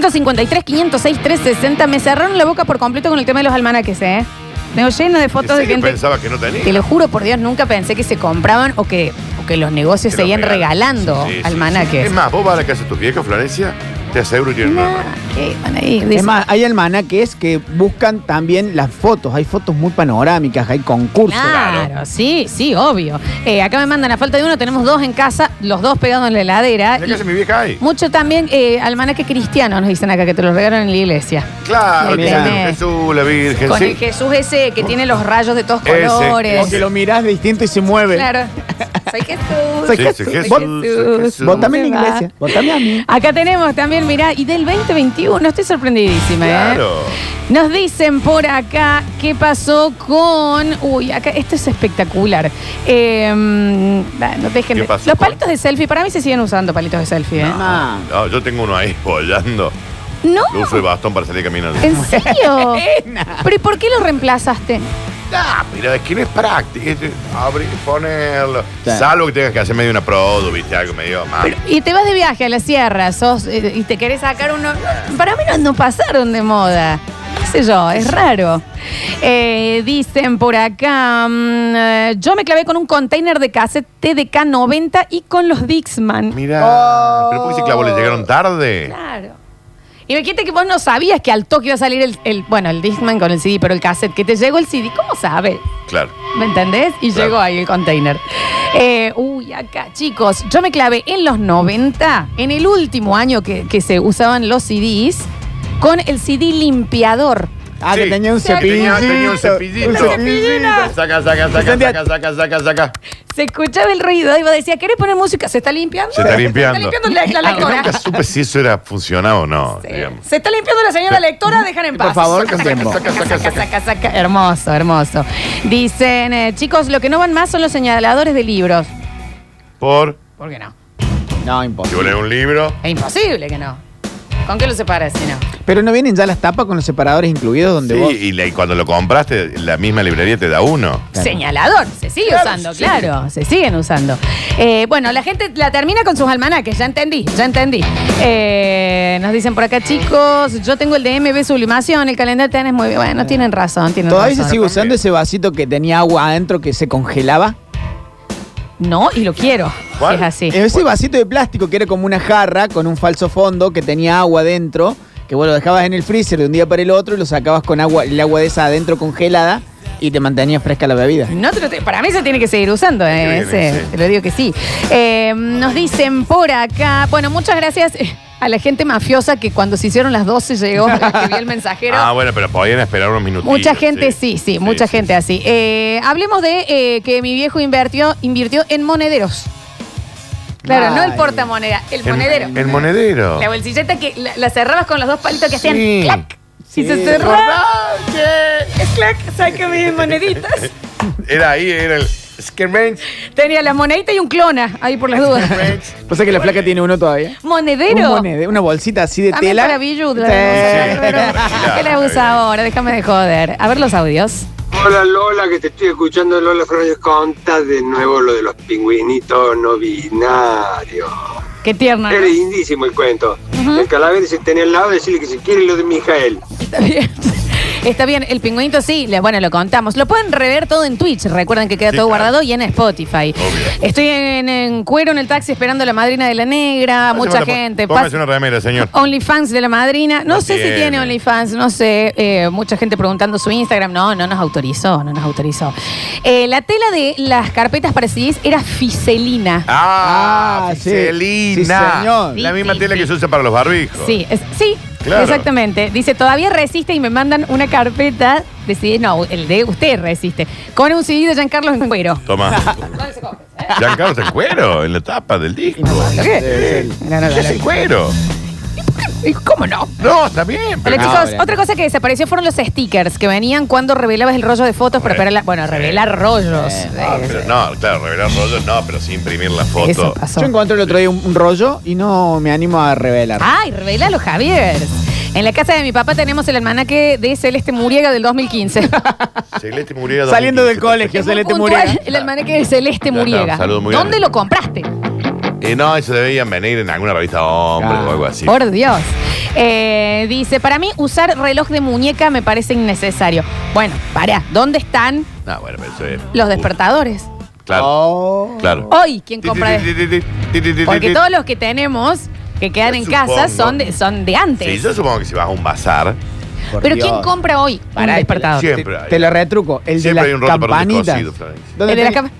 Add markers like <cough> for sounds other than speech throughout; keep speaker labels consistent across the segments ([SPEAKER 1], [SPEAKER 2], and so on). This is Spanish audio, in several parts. [SPEAKER 1] 153, 506, 360. Me cerraron la boca por completo con el tema de los almanaques, ¿eh? Tengo llena de fotos de
[SPEAKER 2] ¿En serio
[SPEAKER 1] gente.
[SPEAKER 2] pensaba que no tenía?
[SPEAKER 1] Te lo juro por Dios, nunca pensé que se compraban o que, o que los negocios
[SPEAKER 2] Te lo
[SPEAKER 1] seguían
[SPEAKER 2] regalan.
[SPEAKER 1] regalando
[SPEAKER 2] Sí, sí, sí, sí.
[SPEAKER 1] almanaques.
[SPEAKER 2] Es más, vos vas a la casa de tus viejos, Florencia, te aseguro que tienen un
[SPEAKER 1] Nah,
[SPEAKER 2] almanaque.
[SPEAKER 1] ¿qué van a ir? Dice-
[SPEAKER 3] Es más, hay almanaques que buscan también las fotos. Hay fotos muy panorámicas, hay concursos.
[SPEAKER 1] Claro, sí, sí, obvio. Eh, acá me mandan a falta de uno, tenemos dos en casa, los dos pegados en la heladera.
[SPEAKER 2] En la
[SPEAKER 1] y
[SPEAKER 2] casa de mi vieja hay.
[SPEAKER 1] mucho también eh, almanaque cristiano nos dicen acá que te los regalan en la iglesia.
[SPEAKER 2] Claro,
[SPEAKER 3] Ahí
[SPEAKER 2] tienen
[SPEAKER 1] tenés.
[SPEAKER 2] Jesús, la Virgen,
[SPEAKER 1] Con
[SPEAKER 2] sí.
[SPEAKER 1] el Jesús ese que tiene los rayos de todos
[SPEAKER 2] Ese,
[SPEAKER 1] colores.
[SPEAKER 3] O que lo mirás distinto y se mueve.
[SPEAKER 1] Claro. Soy Jesús.
[SPEAKER 3] Soy
[SPEAKER 2] Sí,
[SPEAKER 3] Jesús,
[SPEAKER 2] sí,
[SPEAKER 3] soy
[SPEAKER 2] Jesús, soy Jesús.
[SPEAKER 3] Votame en la iglesia. Votame a mí.
[SPEAKER 1] Acá tenemos también, mirá, y del 2021, estoy sorprendidísima, ¿eh?
[SPEAKER 2] Claro.
[SPEAKER 1] Nos dicen por acá qué pasó con. Uy, acá esto es espectacular. Eh, nah, no dejen
[SPEAKER 2] ¿Qué
[SPEAKER 1] de-
[SPEAKER 2] pasó
[SPEAKER 1] Los
[SPEAKER 2] con?
[SPEAKER 1] palitos de selfie, para mí se siguen usando palitos de selfie, ¿eh?
[SPEAKER 3] Ah.
[SPEAKER 2] No, yo tengo uno ahí <laughs> bollando.
[SPEAKER 1] No.
[SPEAKER 2] Lo uso de bastón para salir caminando.
[SPEAKER 1] ¿En
[SPEAKER 3] <laughs>
[SPEAKER 1] serio? ¿Pero y por qué lo reemplazaste?
[SPEAKER 2] Ah, pero es que no es práctico. Es, abrir, ponerlo.
[SPEAKER 3] Sí.
[SPEAKER 2] Salvo que tengas que hacer medio una produ, viste, algo medio más.
[SPEAKER 1] Pero- y te vas de viaje a la sierra sos, eh, y te querés sacar uno. Para mí no, no pasaron de moda. No sé yo, es raro. Eh, dicen por acá, mm, eh, yo me clavé con un container de cassette TDK90 y con los Dixman.
[SPEAKER 2] Mira,
[SPEAKER 3] Oh.
[SPEAKER 2] pero ¿por qué ese clavo le llegaron tarde?
[SPEAKER 1] Claro. Y me dijiste que vos no sabías que al toque iba a salir el, el- bueno, el Dixman con el CD, pero el cassette, que te llegó el CD, ¿cómo sabes?
[SPEAKER 2] Claro.
[SPEAKER 1] ¿Me entendés? Y
[SPEAKER 2] Claro.
[SPEAKER 1] llegó ahí el container. Eh, uy, acá, chicos, yo me clavé en los 90, en el último año que, que se usaban los CDs, con el CD limpiador.
[SPEAKER 3] Ah,
[SPEAKER 2] Sí.
[SPEAKER 3] que tenía un
[SPEAKER 2] Sí,
[SPEAKER 3] cepillito.
[SPEAKER 2] Tenía, tenía un cepillito.
[SPEAKER 3] Un cepillito.
[SPEAKER 2] Saca, saca, saca,
[SPEAKER 3] Sentía-
[SPEAKER 2] saca, saca, saca, saca.
[SPEAKER 1] Se escuchaba el ruido y vos decías, ¿querés poner música? Se está limpiando.
[SPEAKER 2] Se está limpiando. Ah,
[SPEAKER 1] Se está limpiando la, la lectora.
[SPEAKER 2] Nunca supe si eso era funcionado o no, digamos.
[SPEAKER 1] Se está limpiando la señora lectora, dejan en paz.
[SPEAKER 3] Por favor,
[SPEAKER 1] saca, saca,
[SPEAKER 3] contemos.
[SPEAKER 1] saca, saca, saca, saca, saca. Hermoso, hermoso. Dicen, eh, chicos, lo que no van más son los señaladores de libros.
[SPEAKER 2] Por,
[SPEAKER 1] ¿Por qué no?
[SPEAKER 3] No,
[SPEAKER 2] si vos
[SPEAKER 3] imposible.
[SPEAKER 2] lees un libro,
[SPEAKER 1] Es imposible que no. ¿Con qué lo separas si no?
[SPEAKER 3] Pero no vienen ya las tapas con los separadores incluidos donde
[SPEAKER 2] sí,
[SPEAKER 3] vos.
[SPEAKER 2] y, la- y cuando lo compraste, la misma librería te da uno.
[SPEAKER 3] Claro.
[SPEAKER 1] Señalador, se sigue usando, claro, se siguen usando. Eh, bueno, la gente la termina con sus almanaques, ya entendí, ya entendí. Eh, nos dicen por acá, chicos, yo tengo el de MB Sublimación, el calendario tenés muy bien. Bueno, tienen razón, tienen
[SPEAKER 3] Todavía se
[SPEAKER 1] razón.
[SPEAKER 3] sigue usando ese vasito que tenía agua adentro que se congelaba.
[SPEAKER 1] No, y lo quiero, si
[SPEAKER 2] ¿Cuál?
[SPEAKER 1] es así.
[SPEAKER 3] Eh, Ese vasito de plástico que era como una jarra con un falso fondo que tenía agua adentro, que vos lo dejabas en el freezer de un día para el otro y lo sacabas con agua, el agua de esa adentro congelada y te mantenía fresca la bebida.
[SPEAKER 1] No te lo te- para mí se tiene que seguir usando, eh,
[SPEAKER 2] Qué bien,
[SPEAKER 1] ese,
[SPEAKER 2] sí.
[SPEAKER 1] te lo digo que sí. Eh, nos dicen por acá, bueno, muchas gracias eh, a la gente mafiosa que cuando se hicieron las 12 llegó, <laughs> que vio el mensajero.
[SPEAKER 2] Ah, bueno, pero podían esperar unos minutos.
[SPEAKER 1] Mucha gente, sí, sí, mucha gente así. Eh, hablemos de eh, que mi viejo invirtió, invirtió en monederos. Claro, no el
[SPEAKER 3] Ay.
[SPEAKER 1] portamoneda, el monedero.
[SPEAKER 2] El, monedero.
[SPEAKER 1] La bolsilleta que la, la cerrabas con los dos palitos que hacían
[SPEAKER 2] Sí.
[SPEAKER 1] clac. Y
[SPEAKER 3] Sí.
[SPEAKER 1] se cerraba. Es clac, saca
[SPEAKER 3] <laughs>
[SPEAKER 1] mis moneditas.
[SPEAKER 2] Era ahí, era el Skirmain.
[SPEAKER 1] Tenía las moneditas y un clona, ahí por las dudas.
[SPEAKER 3] Pasa que la flaca tiene uno todavía.
[SPEAKER 1] ¿Monedero?
[SPEAKER 3] Un monede- una bolsita así de
[SPEAKER 1] También
[SPEAKER 3] tela.
[SPEAKER 1] para billuda.
[SPEAKER 3] Sí.
[SPEAKER 1] ¿Qué le usa ahora? Déjame de joder. A ver los audios.
[SPEAKER 4] Hola Lola, que te estoy escuchando, Lola Flores Conta, de nuevo lo de los pingüinitos no binarios.
[SPEAKER 1] Qué tierna.
[SPEAKER 4] Era lindísimo el cuento. El calavera se tenía al lado, decirle que si quiere lo de Mijael.
[SPEAKER 1] Está bien. Está bien, el pingüinito sí, le- bueno, lo contamos. Lo pueden rever todo en Twitch, recuerden que queda
[SPEAKER 2] Sí,
[SPEAKER 1] todo
[SPEAKER 2] claro.
[SPEAKER 1] guardado y en Spotify.
[SPEAKER 2] Obvio.
[SPEAKER 1] Estoy en, en cuero en el taxi esperando a la madrina de la negra, Ah, mucha gente.
[SPEAKER 2] pues.
[SPEAKER 1] Oh.
[SPEAKER 2] Póngase
[SPEAKER 1] Pas-
[SPEAKER 2] una remera, señor.
[SPEAKER 1] OnlyFans de la madrina, no,
[SPEAKER 2] No
[SPEAKER 1] sé si
[SPEAKER 2] tiene.
[SPEAKER 1] tiene OnlyFans, no sé, Eh, mucha gente preguntando su Instagram, no, no nos autorizó, no nos autorizó. Eh, la tela de las carpetas para CDs era fiselina.
[SPEAKER 2] Ah,
[SPEAKER 3] Ah, sí.
[SPEAKER 2] Fiselina.
[SPEAKER 3] Sí, señor.
[SPEAKER 2] La
[SPEAKER 1] Sí,
[SPEAKER 2] misma
[SPEAKER 1] sí,
[SPEAKER 2] tela que
[SPEAKER 1] sí.
[SPEAKER 2] se usa para los barbijos.
[SPEAKER 1] Sí, es- sí,
[SPEAKER 2] Claro.
[SPEAKER 1] exactamente. Dice, todavía resiste y me mandan una carpeta. Decidí, no, el de usted resiste. Con un CD de Giancarlo en cuero. <laughs>
[SPEAKER 2] Toma. Giancarlo está en cuero en la tapa del disco.
[SPEAKER 3] ¿Qué?
[SPEAKER 1] No, no, no,
[SPEAKER 2] ¿Qué es en
[SPEAKER 1] no.
[SPEAKER 2] cuero?
[SPEAKER 1] ¿Y ¿Cómo no?
[SPEAKER 2] No, está bien.
[SPEAKER 1] Pero
[SPEAKER 2] Pero
[SPEAKER 3] Ah,
[SPEAKER 1] chicos,
[SPEAKER 3] bueno.
[SPEAKER 1] otra cosa que desapareció fueron los stickers que venían cuando revelabas el rollo de fotos para
[SPEAKER 2] Bueno.
[SPEAKER 1] esperar la- Bueno, revelar rollos. Eh,
[SPEAKER 2] Ah, pero no, claro, revelar rollos no, pero sí imprimir la foto.
[SPEAKER 1] Eso pasó.
[SPEAKER 3] Yo encontré el otro día un, un rollo y no me animo a revelar.
[SPEAKER 1] Ay, revelalo, Javier. En la casa de mi papá tenemos el almanaque de Celeste Muriega del
[SPEAKER 3] <laughs>
[SPEAKER 1] 2015.
[SPEAKER 2] Celeste Muriega.
[SPEAKER 3] Saliendo
[SPEAKER 2] 2015,
[SPEAKER 3] del colegio,
[SPEAKER 1] Es muy
[SPEAKER 3] Celeste
[SPEAKER 1] puntual,
[SPEAKER 3] Muriega.
[SPEAKER 1] El almanaque de Celeste
[SPEAKER 2] Ya está, un
[SPEAKER 1] Muriega.
[SPEAKER 2] saludo muy
[SPEAKER 1] ¿Dónde
[SPEAKER 2] grande.
[SPEAKER 1] lo compraste?
[SPEAKER 2] perfecto. Y Eh, no, eso debían venir en alguna revista hombre
[SPEAKER 3] Ah.
[SPEAKER 2] o algo así.
[SPEAKER 1] Por Dios. Eh, dice, para mí usar reloj de muñeca me parece innecesario. Bueno, para, ¿dónde están
[SPEAKER 2] No, bueno, pero eso es.
[SPEAKER 1] los despertadores?
[SPEAKER 2] Claro,
[SPEAKER 3] Oh.
[SPEAKER 2] claro.
[SPEAKER 1] Hoy, ¿quién compra? de- Porque todos los que tenemos que quedan
[SPEAKER 2] Yo
[SPEAKER 1] en casa
[SPEAKER 2] supongo.
[SPEAKER 1] son de, son de
[SPEAKER 2] Sí,
[SPEAKER 1] antes.
[SPEAKER 2] yo supongo que si vas a un bazar,
[SPEAKER 3] Por
[SPEAKER 1] Pero
[SPEAKER 3] Dios.
[SPEAKER 1] ¿quién compra hoy
[SPEAKER 3] Pará,
[SPEAKER 2] este
[SPEAKER 1] un despertador?
[SPEAKER 2] sí.
[SPEAKER 3] Te-
[SPEAKER 2] Siempre hay.
[SPEAKER 3] Te lo retruco. El
[SPEAKER 2] Siempre hay
[SPEAKER 3] de
[SPEAKER 2] un
[SPEAKER 3] las
[SPEAKER 2] roto para un
[SPEAKER 3] campanitas.
[SPEAKER 2] descosido, Florencia.
[SPEAKER 3] ¿Dónde
[SPEAKER 1] El de la
[SPEAKER 3] tenés-
[SPEAKER 1] cama-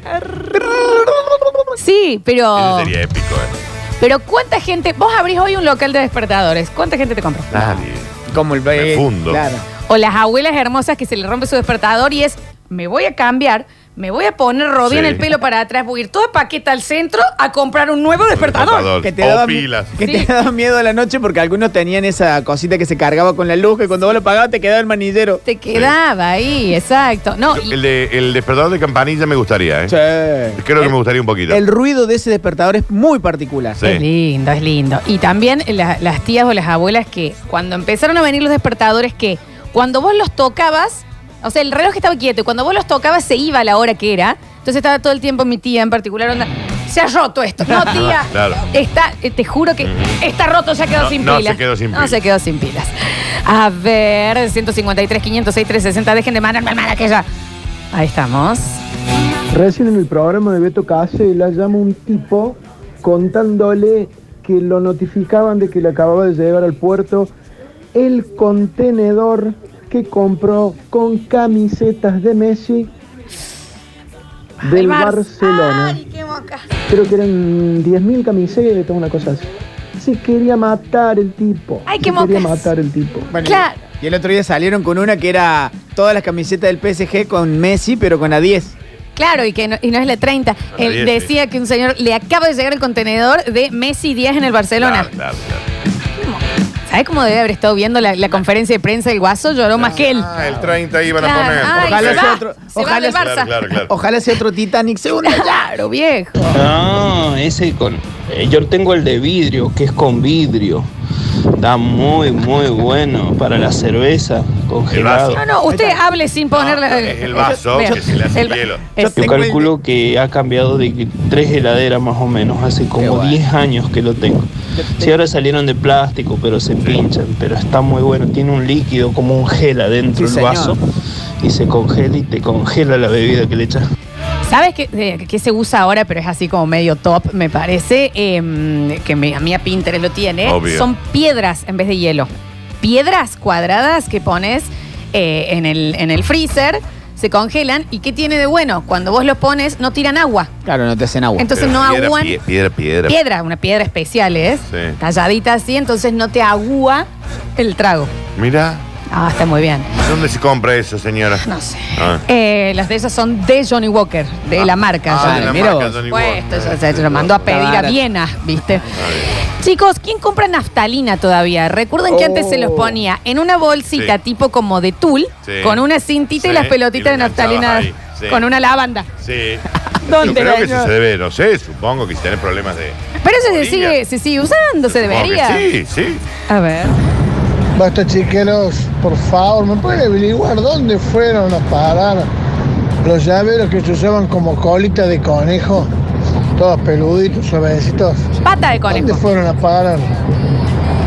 [SPEAKER 1] Sí,
[SPEAKER 2] eso
[SPEAKER 1] pero.
[SPEAKER 2] sería épico, ¿eh?
[SPEAKER 1] Pero ¿cuánta gente? Vos abrís hoy un local de despertadores. ¿Cuánta gente te compra?
[SPEAKER 2] Nadie.
[SPEAKER 3] Como el
[SPEAKER 2] Me fundo.
[SPEAKER 3] Claro.
[SPEAKER 1] O las abuelas hermosas que se le rompe su despertador y es, me voy a cambiar, me voy a poner rodilla en
[SPEAKER 2] Sí.
[SPEAKER 1] el pelo para atrás, voy a ir toda paqueta al centro a comprar un nuevo despertador.
[SPEAKER 2] despertador.
[SPEAKER 3] Que te,
[SPEAKER 2] O
[SPEAKER 3] daba,
[SPEAKER 2] pilas.
[SPEAKER 3] que te
[SPEAKER 1] Sí.
[SPEAKER 3] <laughs> daba miedo a la noche porque algunos tenían esa cosita que se cargaba con la luz que cuando vos lo pagabas te quedaba el manillero.
[SPEAKER 1] Te quedaba ahí, exacto. No, y-
[SPEAKER 2] El, de, el despertador de campanilla me gustaría, ¿eh?
[SPEAKER 3] Che.
[SPEAKER 2] Creo que me gustaría un poquito.
[SPEAKER 3] El ruido de ese despertador es muy particular.
[SPEAKER 2] Sí.
[SPEAKER 1] Es lindo, es lindo. Y también la- las tías o las abuelas que cuando empezaron a venir los despertadores que cuando vos los tocabas, o sea, el reloj estaba quieto y cuando vos los tocabas se iba a la hora que era. Entonces estaba todo el tiempo mi tía en particular, onda, se ha roto esto.
[SPEAKER 2] <laughs>
[SPEAKER 1] No, tía,
[SPEAKER 2] Claro.
[SPEAKER 1] está, eh, te juro que está roto, ya quedó
[SPEAKER 2] No,
[SPEAKER 1] sin
[SPEAKER 2] no
[SPEAKER 1] pilas.
[SPEAKER 2] se quedó sin
[SPEAKER 1] No
[SPEAKER 2] pilas.
[SPEAKER 1] se quedó sin pilas. A ver, 153, 506, 360, dejen de mandarme hermana aquella. Ahí estamos.
[SPEAKER 5] Recién en el programa de Beto Case la llama un tipo contándole que lo notificaban de que le acababa de llegar al puerto el contenedor que compró con camisetas de Messi del
[SPEAKER 1] El Bar-
[SPEAKER 5] Barcelona.
[SPEAKER 1] Ay, qué boca.
[SPEAKER 5] Creo que eran 10.000 camisetas, una cosa así. Se quería matar el tipo.
[SPEAKER 1] Ay,
[SPEAKER 5] Se
[SPEAKER 1] qué
[SPEAKER 5] quería
[SPEAKER 1] mocas.
[SPEAKER 5] matar el tipo.
[SPEAKER 3] Bueno,
[SPEAKER 1] Claro.
[SPEAKER 3] Y el otro día salieron con una que era todas las camisetas del PSG con Messi, pero con A10.
[SPEAKER 1] Claro, y que no, y no es la 30.
[SPEAKER 2] la
[SPEAKER 1] Él
[SPEAKER 2] 10,
[SPEAKER 1] decía que un señor le acaba de llegar el contenedor de Messi 10 en el Barcelona.
[SPEAKER 2] Claro, claro, claro.
[SPEAKER 1] ¿Sabes cómo debe haber estado viendo la, la conferencia de prensa del Guaso? Lloró más que él.
[SPEAKER 2] Ah, el 30 iban
[SPEAKER 1] Claro.
[SPEAKER 2] a poner.
[SPEAKER 1] Ay,
[SPEAKER 3] Ojalá
[SPEAKER 1] se
[SPEAKER 2] Sí.
[SPEAKER 3] sea
[SPEAKER 1] va,
[SPEAKER 3] otro-
[SPEAKER 1] se va
[SPEAKER 3] ojalá
[SPEAKER 1] del
[SPEAKER 3] sea-
[SPEAKER 1] Barça.
[SPEAKER 2] Claro, claro, claro.
[SPEAKER 3] Ojalá sea otro
[SPEAKER 1] <laughs>
[SPEAKER 3] Titanic, seguro.
[SPEAKER 1] Claro, viejo.
[SPEAKER 6] No, ese con. eh, Yo tengo el de vidrio, que es con vidrio. Está muy, muy bueno para la cerveza congelado.
[SPEAKER 1] No, no, usted hable sin ponerle.
[SPEAKER 2] No, es el vaso
[SPEAKER 1] Vea,
[SPEAKER 2] que se le hace
[SPEAKER 1] el-
[SPEAKER 2] hielo.
[SPEAKER 1] es-
[SPEAKER 6] Yo
[SPEAKER 3] Tengo el de-
[SPEAKER 6] calculo que ha cambiado de tres heladeras más o menos, hace
[SPEAKER 3] Qué
[SPEAKER 6] como
[SPEAKER 3] bueno.
[SPEAKER 6] 10 años que lo tengo. Sí, ahora salieron de plástico, pero se pinchan, pero está muy bueno. Tiene un líquido como un gel adentro
[SPEAKER 3] Sí,
[SPEAKER 6] el
[SPEAKER 3] señor.
[SPEAKER 6] vaso y se congela y te congela la bebida que le echas.
[SPEAKER 1] ¿Sabes qué, de- qué se usa ahora, pero es así como medio top, me parece? Em, que mi- a mí a Pinterest lo tiene.
[SPEAKER 2] Obvio.
[SPEAKER 1] Son piedras en vez de hielo. Piedras cuadradas que pones eh, en, el, en el freezer, se congelan. ¿Y qué tiene de bueno? Cuando vos los pones, no tiran agua.
[SPEAKER 3] Claro, no te hacen agua.
[SPEAKER 1] Entonces
[SPEAKER 2] Pero
[SPEAKER 1] no
[SPEAKER 2] piedra,
[SPEAKER 1] aguan.
[SPEAKER 2] pie- Piedra, piedra.
[SPEAKER 1] Piedra, una piedra especial es.
[SPEAKER 2] Sí.
[SPEAKER 1] Talladita así, entonces no te agúa el trago.
[SPEAKER 2] Mira,
[SPEAKER 1] Ah, está muy bien.
[SPEAKER 2] ¿dónde se compra eso, señora?
[SPEAKER 1] No sé.
[SPEAKER 2] Ah.
[SPEAKER 1] Eh, las de esas son de Johnny Walker, de la marca.
[SPEAKER 2] Ah,
[SPEAKER 1] Johnny
[SPEAKER 2] de la
[SPEAKER 3] mira
[SPEAKER 2] marca
[SPEAKER 3] vos.
[SPEAKER 2] Johnny
[SPEAKER 1] Puesto,
[SPEAKER 2] Walker.
[SPEAKER 1] ya se lo mandó a pedir a
[SPEAKER 3] barato.
[SPEAKER 1] Viena, ¿viste? Chicos, ¿quién compra naftalina todavía? Recuerden que antes se los
[SPEAKER 3] Oh.
[SPEAKER 1] ponía en una bolsita
[SPEAKER 2] Sí.
[SPEAKER 1] tipo como de tul,
[SPEAKER 2] Sí.
[SPEAKER 1] con una cintita y
[SPEAKER 2] Sí,
[SPEAKER 1] las
[SPEAKER 2] y
[SPEAKER 1] pelotitas
[SPEAKER 2] lo
[SPEAKER 1] de naftalina
[SPEAKER 2] enganchabas ahí, sí.
[SPEAKER 1] con una lavanda. <laughs>
[SPEAKER 2] Sí.
[SPEAKER 1] ¿Dónde,
[SPEAKER 2] Yo creo que
[SPEAKER 1] señor?
[SPEAKER 2] eso se debe, no sé, supongo que si tenés problemas de.
[SPEAKER 1] Pero eso se
[SPEAKER 2] Orilla.
[SPEAKER 1] sigue, se sigue usando, se
[SPEAKER 2] Supongo que
[SPEAKER 1] debería.
[SPEAKER 2] Sí, sí.
[SPEAKER 1] A ver.
[SPEAKER 7] Basta chiqueros, por favor, ¿me pueden averiguar dónde fueron a parar los llaveros que se usaban como colita de conejo? Todos peluditos, suavecitos.
[SPEAKER 1] Pata de
[SPEAKER 7] ¿Dónde
[SPEAKER 1] conejo.
[SPEAKER 7] fueron a parar?